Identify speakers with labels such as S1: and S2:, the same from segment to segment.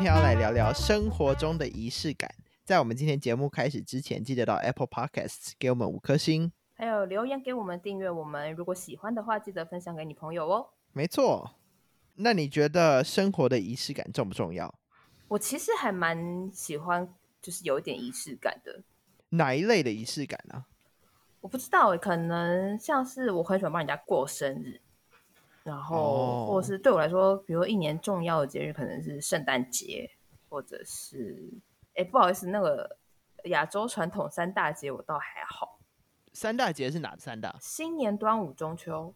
S1: 聊生活中的仪式感。在我们今天节目开始之前，记得到 Apple Podcasts 给我们五颗星。
S2: 还有留言给我们订阅我们，如果喜欢的话，记得分享给你朋友哦。
S1: 没错，那你觉得生活的仪式感重不重要？
S2: 我其实还蛮喜欢，就是有一点仪式感的。
S1: 哪一类的仪式感呢、
S2: 我不知道欸，可能像是我很喜欢帮人家过生日，然后、
S1: 哦
S2: 或者是对我来说，比如一年重要的节日可能是圣诞节，或者是哎不好意思，那个亚洲传统三大节我倒还好，
S1: 三大节是哪三大？
S2: 新年、端午、中秋，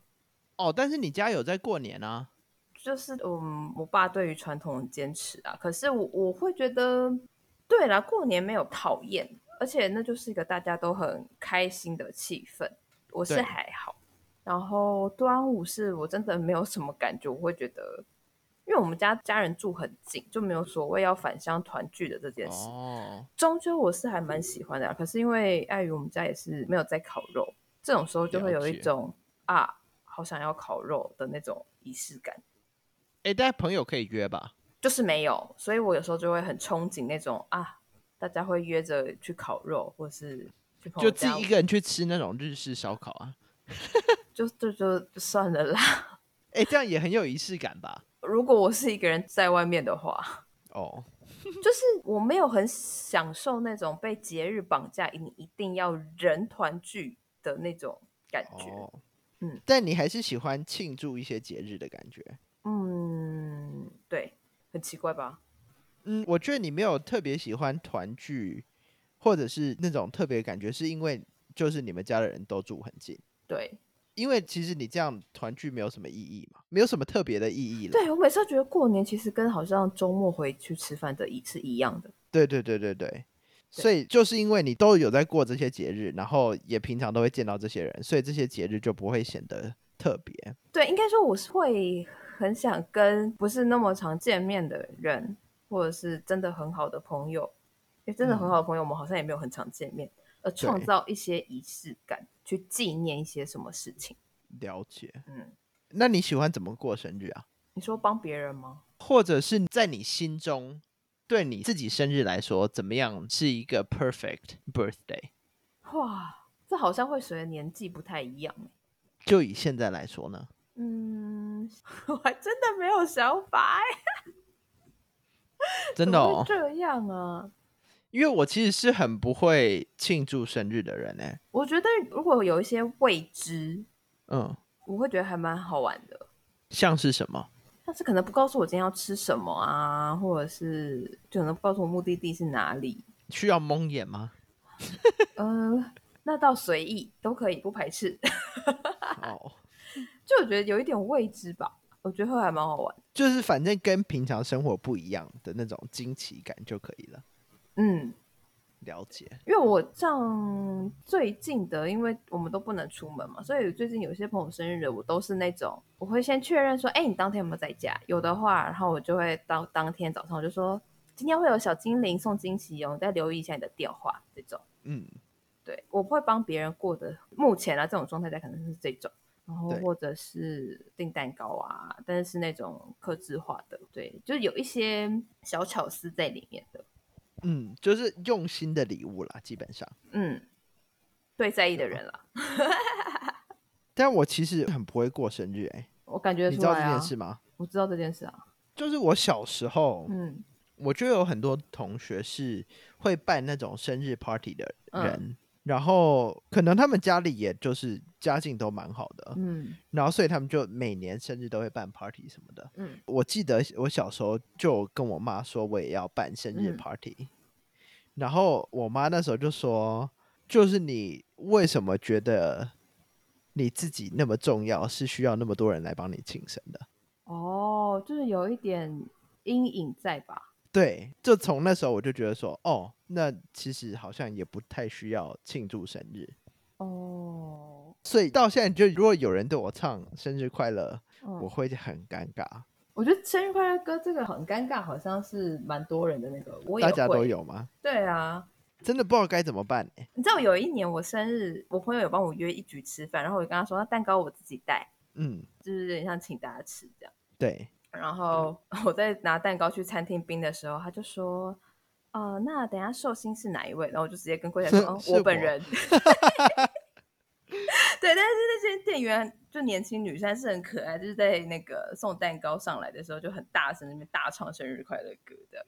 S1: 哦，但是你家有在过年啊？
S2: 就是嗯，我爸对于传统的坚持啊，可是我我会觉得，对啦，过年没有讨厌，而且那就是一个大家都很开心的气氛，我是
S1: 对
S2: 还好。然后端午是我真的没有什么感觉，我会觉得，因为我们家家人住很近，就没有所谓要返乡团聚的这件事。
S1: 哦，
S2: 中秋我是还蛮喜欢的、啊，可是因为碍于我们家也是没有在烤肉，这种时候就会有
S1: 了
S2: 一
S1: 解
S2: 种啊，好想要烤肉的那种仪式感。
S1: 哎，大家朋友可以约吧？
S2: 就是没有，所以我有时候就会很憧憬那种啊，大家会约着去烤肉，或是去朋友
S1: 就自
S2: 家，
S1: 己一个人去吃那种日式烧烤啊？
S2: 就就就就算了啦。
S1: 哎，这样也很有仪式感吧？
S2: 如果我是一个人在外面的话，
S1: 哦，
S2: 就是我没有很享受那种被节日绑架，你一定要人团聚的那种感觉。
S1: 哦，
S2: 嗯，
S1: 但你还是喜欢庆祝一些节日的感觉。
S2: 嗯，对，很奇怪吧？
S1: 嗯，我觉得你没有特别喜欢团聚，或者是那种特别感觉，是因为就是你们家的人都住很近。
S2: 对，
S1: 因为其实你这样团聚没有什么意义嘛，没有什么特别的意义了。
S2: 对我每次都觉得过年其实跟好像周末回去吃饭的一是一样的。
S1: 对对对对对，所以就是因为你都有在过这些节日，然后也平常都会见到这些人，所以这些节日就不会显得特别。
S2: 对，应该说我是会很想跟不是那么常见面的人，或者是真的很好的朋友，因为真的
S1: 嗯
S2: 很好的朋友，我们好像也没有很常见面，而创造一些仪式感，去纪念一些什么事情。
S1: 了解。
S2: 嗯，
S1: 那你喜欢怎么过生日啊？
S2: 你说帮别人吗？
S1: 或者是在你心中，对你自己生日来说，怎么样是一个 perfect birthday？
S2: 哇，这好像会随着年纪不太一样欸。
S1: 就以现在来说呢？
S2: 嗯， 我还真的没有想法欸，
S1: 真的
S2: 怎么
S1: 哦
S2: 会，这样啊？
S1: 因为我其实是很不会庆祝生日的人欸呢、
S2: 我觉得如果有一些未知，
S1: 嗯，
S2: 我会觉得还蛮好玩的。
S1: 像是什么？
S2: 但是可能不告诉我今天要吃什么啊，或者是就可能不告诉我目的地是哪里。
S1: 需要蒙眼 吗？
S2: 呃，那倒随意都可以，不排斥。
S1: 哦，
S2: 就我觉得有一点未知吧，我觉得会还蛮好玩。
S1: 就是反正跟平常生活不一样的那种惊奇感就可以了。
S2: 嗯，
S1: 了解，
S2: 因为我像最近的，因为我们都不能出门嘛，所以最近有些朋友生日的，我都是那种我会先确认说，哎、你当天有没有在家？有的话，然后我就会当当天早上我就说，今天会有小精灵送惊喜哦，你再留意一下你的电话这种。
S1: 嗯，
S2: 对，我不会帮别人过的。目前啊，这种状态下可能是这种，然后
S1: 对
S2: 或者是订蛋糕啊，但是是那种克制化的，对，就是有一些小巧思在里面的。
S1: 嗯，就是用心的礼物啦，基本上。
S2: 嗯，对在
S1: 嗯
S2: 意的人啦，
S1: 但我其实很不会过生日、欸，
S2: 我感觉
S1: 你
S2: 出
S1: 知道
S2: 来
S1: 这件
S2: 啊，
S1: 事吗？
S2: 我知道这件事啊，
S1: 就是我小时候，
S2: 嗯
S1: 我就有很多同学是会办那种生日 party 的
S2: 嗯
S1: 人，然后可能他们家里也就是家境都蛮好的，
S2: 嗯
S1: 然后所以他们就每年生日都会办 party 什么的。
S2: 嗯，
S1: 我记得我小时候就跟我妈说，我也要办生日
S2: 嗯
S1: party，、然后我妈那时候就说，就是你为什么觉得你自己那么重要，是需要那么多人来帮你庆生的？
S2: 哦，就是有一点阴影在吧？
S1: 对，就从那时候我就觉得说，哦，那其实好像也不太需要庆祝生日，
S2: 哦，
S1: 所以到现在就如果有人对我唱生日快乐，
S2: 嗯
S1: 我会很尴尬。
S2: 我觉得生日快乐歌这个很尴尬，好像是蛮多人的那个，我也
S1: 大家都
S2: 会，
S1: 有吗？
S2: 对啊，
S1: 真的不知道该怎么办、欸、
S2: 你知道有一年我生日，我朋友有帮我约一局吃饭，然后我就跟他说，那蛋糕我自己带，
S1: 嗯，
S2: 就是有点像请大家吃这样。
S1: 对，
S2: 然后我在拿蛋糕去餐厅冰的时候，他就说：“呃，那等一下寿星是哪一位？”然后我就直接跟柜台 说：“哦
S1: 是
S2: 我本
S1: 我
S2: 人。”对，但是那些店员就年轻女生还是很可爱，就是在那个送蛋糕上来的时候就很大声那边大唱生日快乐歌的。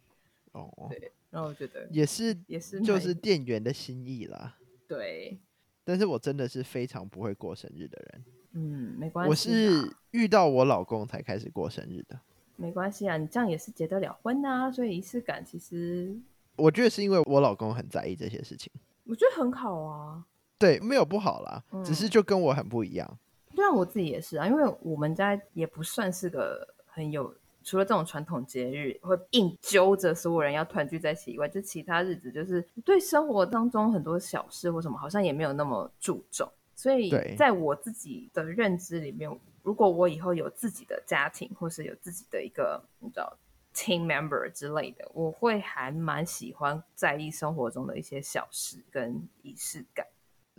S1: 哦，
S2: 对，然后我觉得
S1: 也是
S2: 也是
S1: 就
S2: 蛮
S1: 是店员的心意啦。
S2: 对，
S1: 但是我真的是非常不会过生日的人，
S2: 嗯，没关系，
S1: 我是遇到我老公才开始过生日的。
S2: 没关系啊，你这样也是结得了婚呐、所以仪式感其实
S1: 我觉得是因为我老公很在意这些事情，
S2: 我觉得很好啊。
S1: 对，没有不好啦，只
S2: 嗯
S1: 是就跟我很不一样。
S2: 就像我自己也是啊，因为我们家也不算是个很有，除了这种传统节日会硬揪着所有人要团聚在一起以外，就其他日子就是对生活当中很多小事或什么好像也没有那么注重。所以
S1: 对
S2: 在我自己的认知里面，如果我以后有自己的家庭，或是有自己的一个你知道 team member 之类的，我会还蛮喜欢在意生活中的一些小事跟仪式感。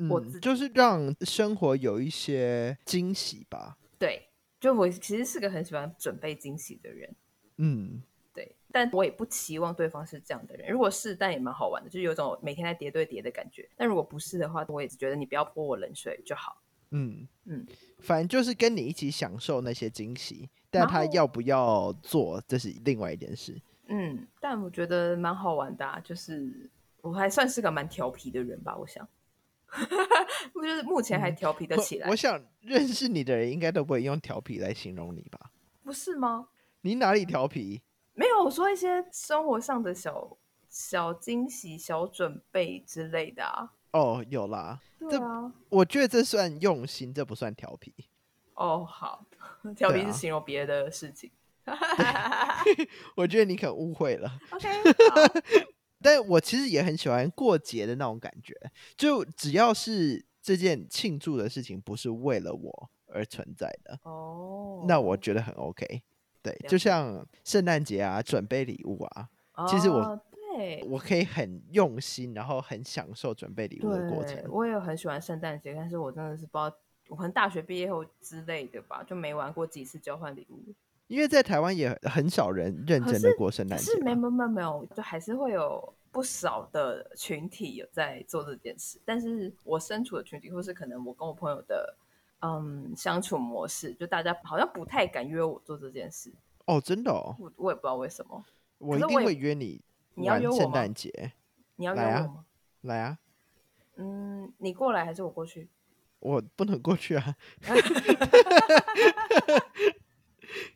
S2: 我自己
S1: 嗯，就是让生活有一些惊喜吧。
S2: 对，就我其实是个很喜欢准备惊喜的人。
S1: 嗯，
S2: 对，但我也不期望对方是这样的人。如果是，但也蛮好玩的，就是有种每天在叠对叠的感觉。但如果不是的话，我也觉得你不要泼我冷水就好。
S1: 嗯
S2: 嗯，
S1: 反正就是跟你一起享受那些惊喜，但
S2: 然
S1: 他
S2: 后
S1: 要不要做，这是另外一件事。
S2: 嗯，但我觉得蛮好玩的、啊，就是我还算是个蛮调皮的人吧，我想， 我就是目前还调皮的起来，
S1: 嗯我我想认识你的人应该都不会用调皮来形容你吧？
S2: 不是吗？
S1: 你哪
S2: 嗯
S1: 里调皮？
S2: 没有，我说一些生活上的小小惊喜、小准备之类的啊。
S1: 哦，有啦，
S2: 对
S1: 这
S2: 啊，
S1: 我觉得这算用心，这不算调皮。
S2: 哦，好，调皮
S1: 对啊
S2: 是形容别的事情。
S1: 我觉得你可能误会了。
S2: OK，好。
S1: 但我其实也很喜欢过节的那种感觉，就只要是这件庆祝的事情不是为了我而存在的，
S2: 哦，
S1: 那我觉得很 OK。对，
S2: 了
S1: 就
S2: 解
S1: 像圣诞节啊，准备礼物啊，其实我
S2: 哦对
S1: 我可以很用心，然后很享受准备礼物的过
S2: 对，
S1: 程。
S2: 我也很喜欢圣诞节，但是我真的是不知道，我可能大学毕业后之类的吧，就没玩过几次交换礼物。
S1: 因为在台湾也很少人认
S2: 可
S1: 真的
S2: 是
S1: 过圣
S2: 可
S1: 诞节
S2: 是没
S1: 啊，
S2: 没没没有，就还是会有不少的群体有在做这件事，但是我身处的群体，或是可能我跟我朋友的。嗯，相处模式就大家好像不太敢约我做这件事，
S1: 哦，真的哦，
S2: 我我也不知道为什么。
S1: 我
S2: 可
S1: 一
S2: 是
S1: 定
S2: 我也
S1: 会约你
S2: 你要
S1: 玩
S2: 约我
S1: 圣
S2: 吗
S1: 诞节，
S2: 你要约
S1: 来
S2: 我
S1: 啊
S2: 吗？
S1: 来啊，
S2: 嗯，你过来还是我过去？
S1: 我不能过去 啊，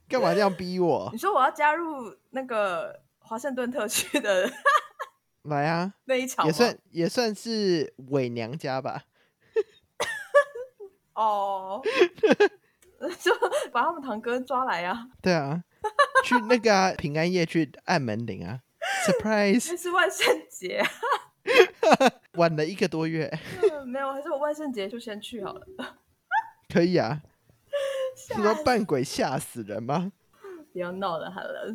S1: 干嘛这样逼我
S2: 你？说我要加入那个华盛顿特区的
S1: 来啊，
S2: 那一场
S1: 也
S2: 吗？
S1: 算也算是伪娘家吧。
S2: 哦， 就把他们堂哥抓来啊！
S1: 对啊，去那个、啊、平安夜去按门铃啊，surprise，
S2: 还是万圣节、啊
S1: 晚了一个多月，
S2: 嗯 没有，还是我万圣节就先去好了。
S1: 可以啊。是
S2: 吓
S1: 说
S2: 死
S1: 扮鬼吓死人 吗？
S2: 不要闹了，好了。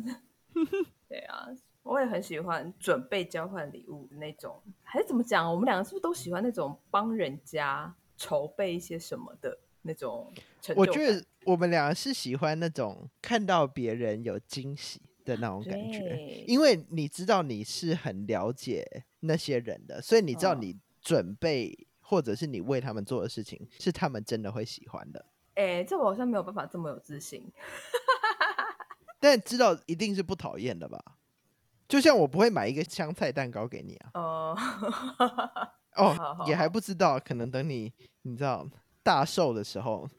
S2: 对啊，我也很喜欢准备交换礼物那种，还是怎么讲？我们两个是不是都喜欢那种帮人家筹备一些什么的那种成就
S1: 我
S2: 感？
S1: 觉得我们俩是喜欢那种看到别人有惊喜的那种感觉，
S2: 对
S1: 因为你知道你是很了解那些人的，所以你知道
S2: 嗯
S1: 你准备或者是你为他们做的事情是他们真的会喜欢的，
S2: 哎、这我好像没有办法这么有自信。
S1: 但知道一定是不讨厌的吧？就像我不会买一个香菜蛋糕给你啊，
S2: 呃，
S1: 哦，
S2: 好好
S1: 也还不知道，可能等你你知道大寿的时候，
S2: 哦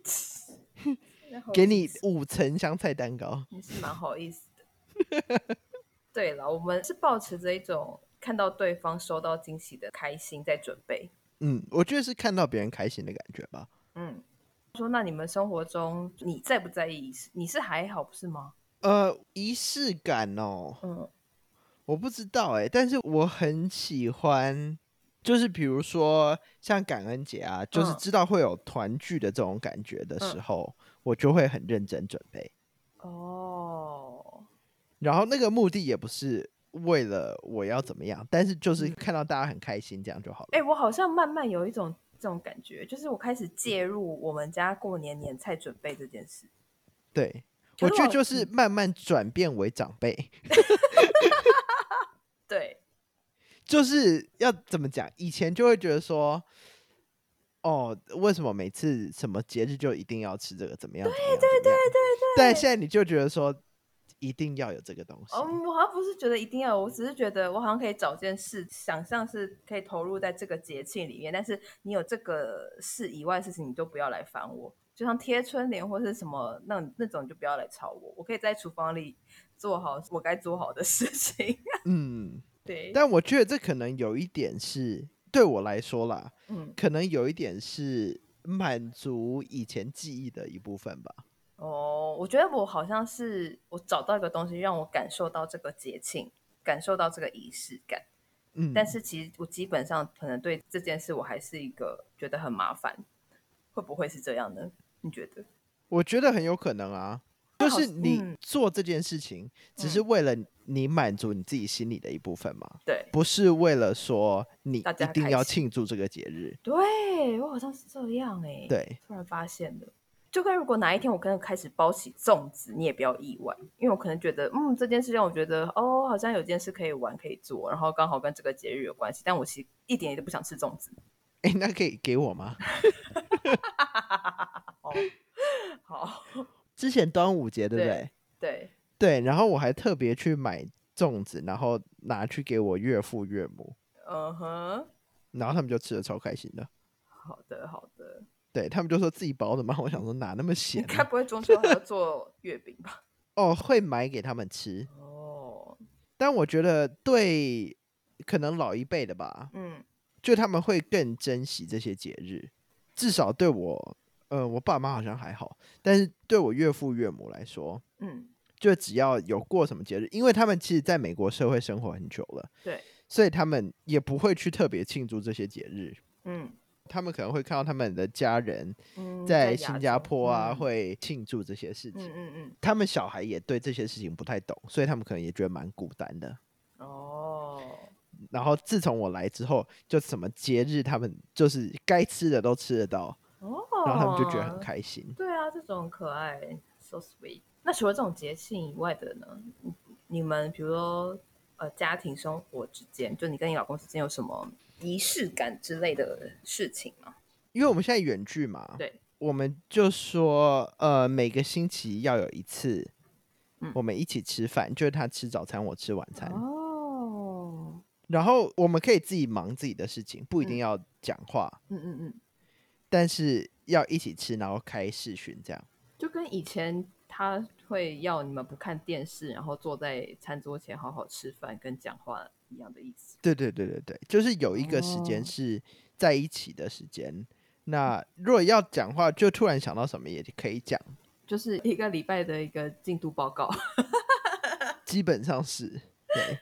S1: 给你五层香菜蛋糕。
S2: 你是蛮好意思的。对了，我们是保持着一种看到对方收到惊喜的开心在准备。
S1: 嗯，我觉得是看到别人开心的感觉吧。
S2: 嗯，说那你们生活中你在不在意仪式？你是还好不是吗？
S1: 呃，仪式感哦，
S2: 嗯
S1: 我不知道哎、但是我很喜欢，就是比如说像感恩节啊，就是
S2: 嗯
S1: 知道会有团聚的这种感觉的时
S2: 嗯
S1: 候，我就会很认真准备。
S2: 哦，
S1: 然后那个目的也不是为了我要怎么样，但是就是看到大家很开心，这样就好了。
S2: 哎、我好像慢慢有一种这种感觉，就是我开始介入我们家过年年菜准备这件事。
S1: 对，我
S2: 可是
S1: 觉得
S2: 我
S1: 就是嗯慢慢转变为长辈，
S2: 对，
S1: 就是要怎么讲？以前就会觉得说，哦，为什么每次什么节日就一定要吃这个？怎么样？对对对对对。但现在你就觉得说，一定要有这个东西。
S2: 嗯，我好像不是觉得一定要，我只是觉得我好像可以找件事，想象是可以投入在这个节庆里面，但是你有这个事以外的事情，你就不要来烦我。就像贴春联或是什么那种那种，你就不要来吵我。我可以在厨房里做好我该做好的事情。
S1: 嗯，
S2: 对，
S1: 但我觉得这可能有一点是对我来说啦，
S2: 嗯，
S1: 可能有一点是满足以前记忆的一部分吧。
S2: 哦，我觉得我好像是我找到一个东西，让我感受到这个节庆，感受到这个仪式感。
S1: 嗯，
S2: 但是其实我基本上可能对这件事我还是一个觉得很麻烦，会不会是这样呢？你觉得？
S1: 我觉得很有可能啊，就
S2: 那好
S1: 是你
S2: 嗯
S1: 做这件事情，只是为了你满足你自己心里的一部分嘛，
S2: 对
S1: 不是为了说你
S2: 大家
S1: 一定
S2: 开
S1: 要
S2: 心
S1: 庆祝这个节日。
S2: 对，我好像是这样哎、，
S1: 对，
S2: 突然发现了。就跟如果哪一天我跟开始包起粽子，你也不要意外，因为我可能觉得，嗯，这件事让我觉得，哦，好像有件事可以玩可以做，然后刚好跟这个节日有关系，但我其实一点也都不想吃粽子。
S1: 哎，那可以给我吗？
S2: 哦， 好，
S1: 之前端午节对不
S2: 对
S1: 对？
S2: 对，
S1: 对，然后我还特别去买粽子，然后拿去给我岳父岳母，
S2: 嗯哼，
S1: 然后他们就吃的超开心的。
S2: 好的好的，
S1: 对他们就说自己包的嘛，我想说哪那么
S2: 你
S1: 咸啊、
S2: 该不会中秋还要做月饼吧？
S1: 哦，会买给他们吃，
S2: 哦，
S1: 但我觉得对可能老一辈的吧，
S2: 嗯，
S1: 就他们会更珍惜这些节日，至少对我，呃，我爸妈好像还好，但是对我岳父岳母来说，
S2: 嗯，
S1: 就只要有过什么节日，因为他们其实在美国社会生活很久了，
S2: 对，
S1: 所以他们也不会去特别庆祝这些节日。
S2: 嗯
S1: 他们可能会看到他们的家人
S2: 嗯，
S1: 在
S2: 亚
S1: 新加
S2: 洲
S1: 坡啊，
S2: 嗯
S1: 会庆祝这些事
S2: 嗯
S1: 情。
S2: 嗯
S1: 他们小孩也对这些事情不太懂，所以他们可能也觉得蛮孤单的。
S2: 嗯，哦，
S1: 然后自从我来之后，就什么节日他们就是该吃的都吃得到，
S2: 哦，
S1: 然后他们就觉得很。开心。
S2: 对啊，这种很可爱，so sweet。那除了这种节庆以外的呢？你你们比如说呃，家庭生活之间，就你跟你老公之间有什么仪式感之类的事情吗？
S1: 因为我们现在远距嘛，
S2: 对，
S1: 我们就说呃每个星期要有一次，
S2: 嗯
S1: 我们一起吃饭，就是他吃早餐，我吃晚餐，
S2: 哦，
S1: 然后我们可以自己忙自己的事情，不一定
S2: 嗯
S1: 要讲话，
S2: 嗯嗯嗯，
S1: 但是要一起吃，然后开视讯这样。
S2: 就跟以前他会要你们不看电视，然后坐在餐桌前好好吃饭跟讲话一样的意思。
S1: 对对对对对，就是有一个时间
S2: 哦
S1: 是在一起的时间。那如果要讲话，就突然想到什么也可以讲，
S2: 就是一个礼拜的一个进度报告，
S1: 基本上是对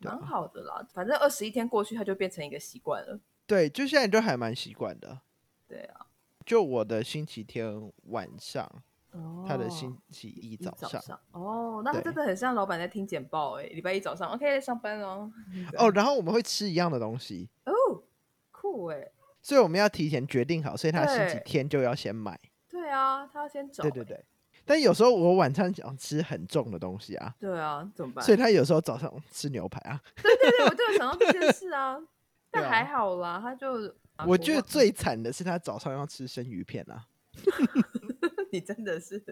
S1: 对啊
S2: 蛮好的啦。反正二十一天过去，它就变成一个习惯了。
S1: 对，就现在就还蛮习惯的。
S2: 对啊，
S1: 就我的星期天晚上，
S2: 哦
S1: 他的星期一早上。
S2: 哦，那他
S1: 对
S2: 真的很像老板在听简报哎、礼拜一早上 OK 上 班哦。
S1: 哦，然后我们会吃一样的东西，
S2: 哦，酷哎、
S1: 所以我们要提前决定好，所以他星期
S2: 对
S1: 天就要先买。
S2: 对啊，他要先找、
S1: 对对，对。但有时候我晚餐想吃很重的东西啊，
S2: 对啊，怎么办？
S1: 所以他有时候早上吃牛排啊。
S2: 对对，我就有想到这件事啊，
S1: 对啊
S2: 但还好啦，他就
S1: 我觉得最惨的是他早上要吃生鱼片啊，
S2: 你真的是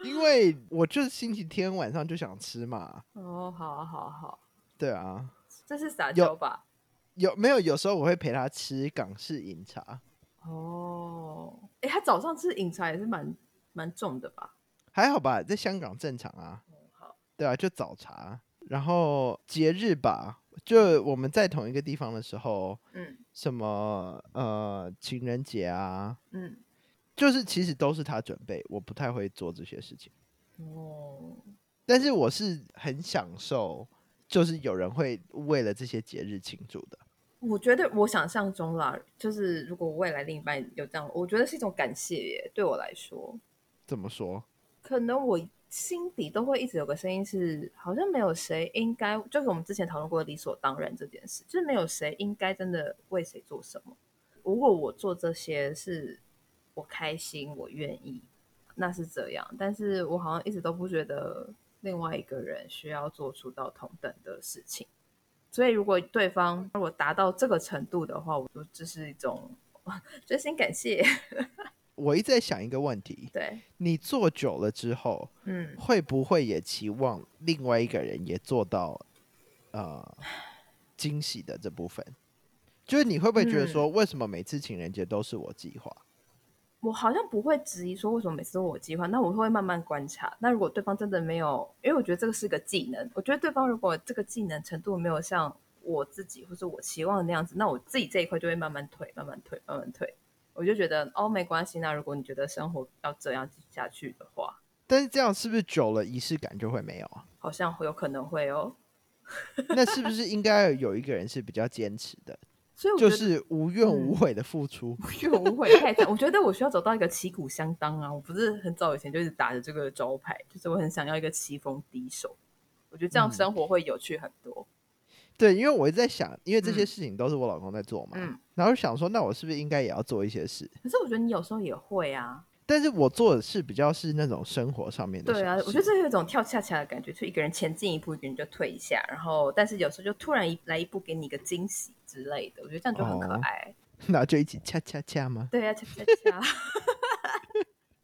S1: 因为我就是星期天晚上就想吃嘛。
S2: 哦，好啊好啊好啊，
S1: 对啊，
S2: 这是撒
S1: 有
S2: 娇吧？
S1: 有没有有时候我会陪他吃港式饮茶，
S2: 哦，哎，他早上吃饮茶也是蛮蛮重的吧？
S1: 还好吧，在香港正常啊。
S2: 好，
S1: 对啊，就早茶，然后节日吧，就我们在同一个地方的时候，
S2: 嗯
S1: 什么呃情人节啊，
S2: 嗯，
S1: 就是其实都是他准备，我不太会做这些事情，
S2: 哦，
S1: 但是我是很享受，就是有人会为了这些节日庆祝的。
S2: 我觉得我想象中啦，就是如果未来另一半有这样，我觉得是一种感谢耶。对我来说，
S1: 怎么说？
S2: 可能我心底都会一直有个声音是，好像没有谁应该，就是我们之前讨论过理所当然这件事，就是没有谁应该真的为谁做什么。如果我做这些是我开心，我愿意，那是这样，但是我好像一直都不觉得另外一个人需要做出到同等的事情。所以，如果对方如果达到这个程度的话，我就这是一种 真心感谢。
S1: 我一直在想一个问题：
S2: 对，
S1: 你做久了之后，
S2: 嗯，
S1: 会不会也期望另外一个人也做到呃惊喜的这部分？就是你会不会觉得说，
S2: 嗯
S1: 为什么每次情人节都是我计划？
S2: 我好像不会质疑说为什么每次都我计划，那我会慢慢观察。那如果对方真的没有，因为我觉得这个是个技能，我觉得对方如果这个技能程度没有像我自己或是我期望的那样子，那我自己这一块就会慢慢退，慢慢退，慢慢退。我就觉得哦，没关系。那如果你觉得生活要这样下去的话，
S1: 但是这样是不是久了仪式感就会没有啊？
S2: 好像会有可能会哦。
S1: 那是不是应该有一个人是比较坚持的，
S2: 所以 我觉
S1: 就
S2: 得嗯
S1: 是无怨无悔的付出？
S2: 因为我会太惨，我觉得我需要找到一个旗鼓相当啊！我不是很早以前就是打着这个招牌，就是我很想要一个棋逢敌手，我觉得这样
S1: 嗯
S2: 生活会有趣很多。
S1: 对，因为我一直在想，因为这些
S2: 嗯
S1: 事情都是我老公在做嘛，
S2: 嗯
S1: 然后想说，那我是不是应该也要做一些事？
S2: 可是我觉得你有时候也会啊，
S1: 但是我做的事比较是那种生活上面的小
S2: 对
S1: 事。
S2: 啊，我觉得这有一种跳恰恰的感觉，就一个人前进一步，一个人就退一下，然后但是有时候就突然一来一步给你一个惊喜之类的，我觉得这样就很可
S1: 哦
S2: 爱。
S1: 那就一起恰恰恰吗？
S2: 对啊，恰恰 恰，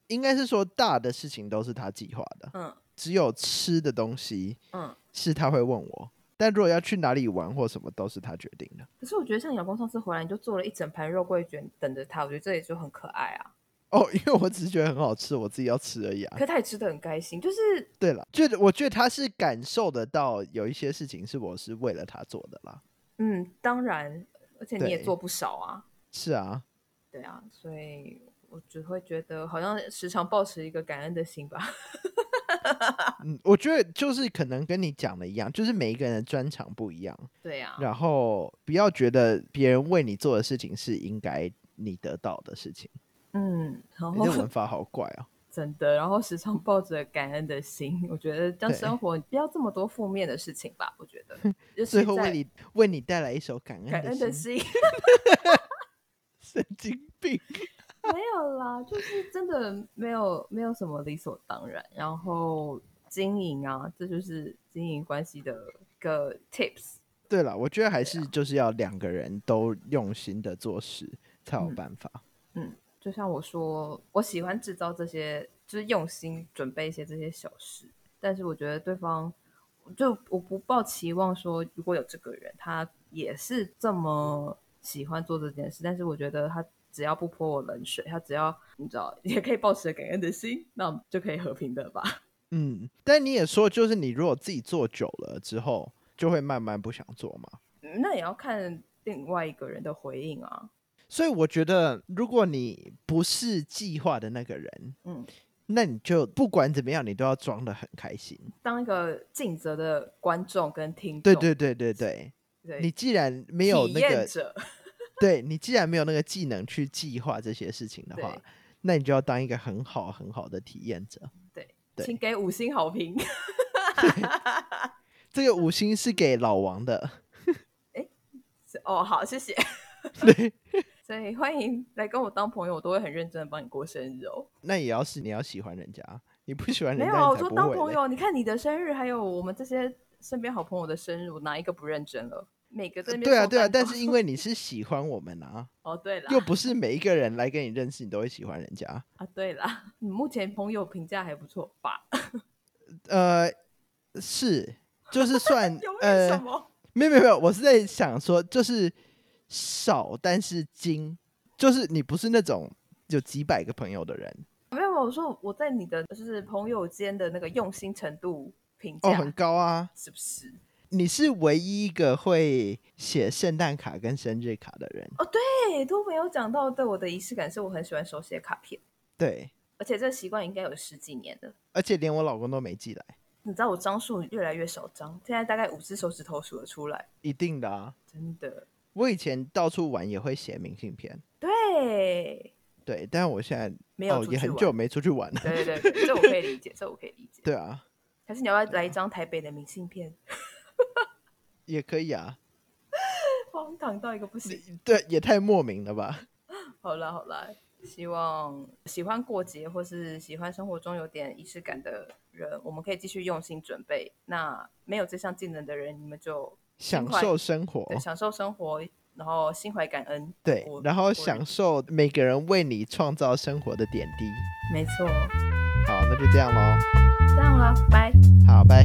S1: 应该是说大的事情都是他计划的，
S2: 嗯
S1: 只有吃的东西
S2: 嗯。
S1: 是他会问我，但如果要去哪里玩或什么都是他决定的。
S2: 可是我觉得像你老公上次回来，你就做了一整盘肉桂卷等着他，我觉得这也就很可爱啊。
S1: 哦，因为我只是觉得很好吃，我自己要吃而已啊
S2: 可。是他也吃的很开心，就是
S1: 对了，觉得我觉得他是感受得到有一些事情是我是为了他做的啦。
S2: 嗯，当然，而且你也
S1: 对
S2: 做不少啊，
S1: 是啊，
S2: 对啊，所以我只会觉得好像时常保持一个感恩的心吧。
S1: 嗯，我觉得就是可能跟你讲的一样，就是每一个人的专长不一样，
S2: 对啊，
S1: 然后不要觉得别人为你做的事情是应该你得到的事情。
S2: 嗯，然
S1: 你这
S2: 后
S1: 文法好怪哦、
S2: 真的，然后时常抱着感恩的心，我觉得这样
S1: 对
S2: 生活不要这么多负面的事情吧。我觉 得，就
S1: 最
S2: 是
S1: 后
S2: 在
S1: 为你为你带来一首感恩
S2: 感
S1: 的
S2: 恩
S1: 心，
S2: 的心
S1: 神经病。
S2: 没有啦，就是真的没有没有什么理所当然。然后经营啊，这就是经营关系的一个 tips。
S1: 对了，我觉得还
S2: 啊
S1: 是就是要两个人都用心的做事才有
S2: 嗯
S1: 办法。
S2: 就像我说，我喜欢制造这些，就是用心准备一些这些小事。但是我觉得对方，就我不抱期望说，如果有这个人，他也是这么喜欢做这件事。但是我觉得他只要不泼我冷水，他只要你知道，也可以保持感恩的心，那我们就可以和平的吧。
S1: 嗯，但你也说，就是你如果自己做久了之后，就会慢慢不想做嘛。
S2: 嗯那也要看另外一个人的回应啊。
S1: 所以我觉得，如果你不是计划的那个人，
S2: 嗯，
S1: 那你就不管怎么样，你都要装的很开心。
S2: 当一个尽责的观众跟听众，
S1: 对对对对对，
S2: 对，
S1: 你既然没有
S2: 体
S1: 那
S2: 验
S1: 个，
S2: 者，
S1: 对你既然没有那个技能去计划这些事情的
S2: 对
S1: 话，那你就要当一个很好很好的体验者。
S2: 对，
S1: 对
S2: 请给五星好评。
S1: 这
S2: 嗯
S1: 个五星是给老王的，
S2: 是哦，好，谢谢。
S1: 对，
S2: 所以欢迎来跟我当朋友，我都会很认真的帮你过生日哦。
S1: 那也要是你要喜欢人家，你不喜欢
S2: 没
S1: 人
S2: 有
S1: 家，
S2: 啊，
S1: 你
S2: 我
S1: 才
S2: 说
S1: 不
S2: 当
S1: 会
S2: 朋
S1: 嘞
S2: 友，你看你的生日，还有我们这些身边好朋友的生日，我哪一个不认真了？每个
S1: 呃
S2: 对面
S1: 对啊，
S2: 送
S1: 对啊，
S2: 蛋
S1: 但
S2: 糕
S1: 是因为 你是喜欢我们啊，
S2: 哦，对啦
S1: 又不是每一个人来跟你认识，你都会喜欢人家。
S2: 啊，对啦，你目前朋友评价还不错吧？
S1: 呃，是，就是算
S2: 有没有什
S1: 呃，
S2: 么？
S1: 没有没有没有，我是在想说，就是少，但是精，就是你不是那种有几百个朋友的人
S2: 没有，我说我在你的就是朋友间的那个用心程度评
S1: 哦，
S2: 价、
S1: 很高啊，
S2: 是不是？
S1: 你是唯一一个会写圣诞卡跟生日卡的人，
S2: 哦，对，都没有讲到对我的仪式感，是我很喜欢手写卡片，
S1: 对，
S2: 而且这个习惯应该有十几年了。
S1: 而且连我老公都没寄来，
S2: 你知道我张数越来越少张，现在大概五只手指头数得出来，
S1: 一定的啊。
S2: 真的。
S1: 我以前到处玩也会写明信片，
S2: 对，
S1: 对，但我现在
S2: 没有
S1: 哦
S2: 出
S1: 也
S2: 去
S1: 很
S2: 玩
S1: 久没出去玩了，
S2: 对对对，对这我可以理解，这我可以理 解。
S1: 对啊，
S2: 还是你要不要来一张台北的明信片？
S1: 也可以啊，
S2: 荒唐到一个不行。
S1: 对，也太莫名了吧？啊
S2: 好啦好啦，希望喜欢过节或是喜欢生活中有点仪式感的人，我们可以继续用心准备。那没有这项技能的人，你们就
S1: 享
S2: 怀
S1: 受生活，
S2: 对享受生活，然后心怀感恩。
S1: 哦对
S2: 我，
S1: 然后
S2: 我
S1: 享受每个人为你创造生活的点滴。
S2: 没错，
S1: 好，那就这样喽，
S2: 这样啦，拜。
S1: 好，拜。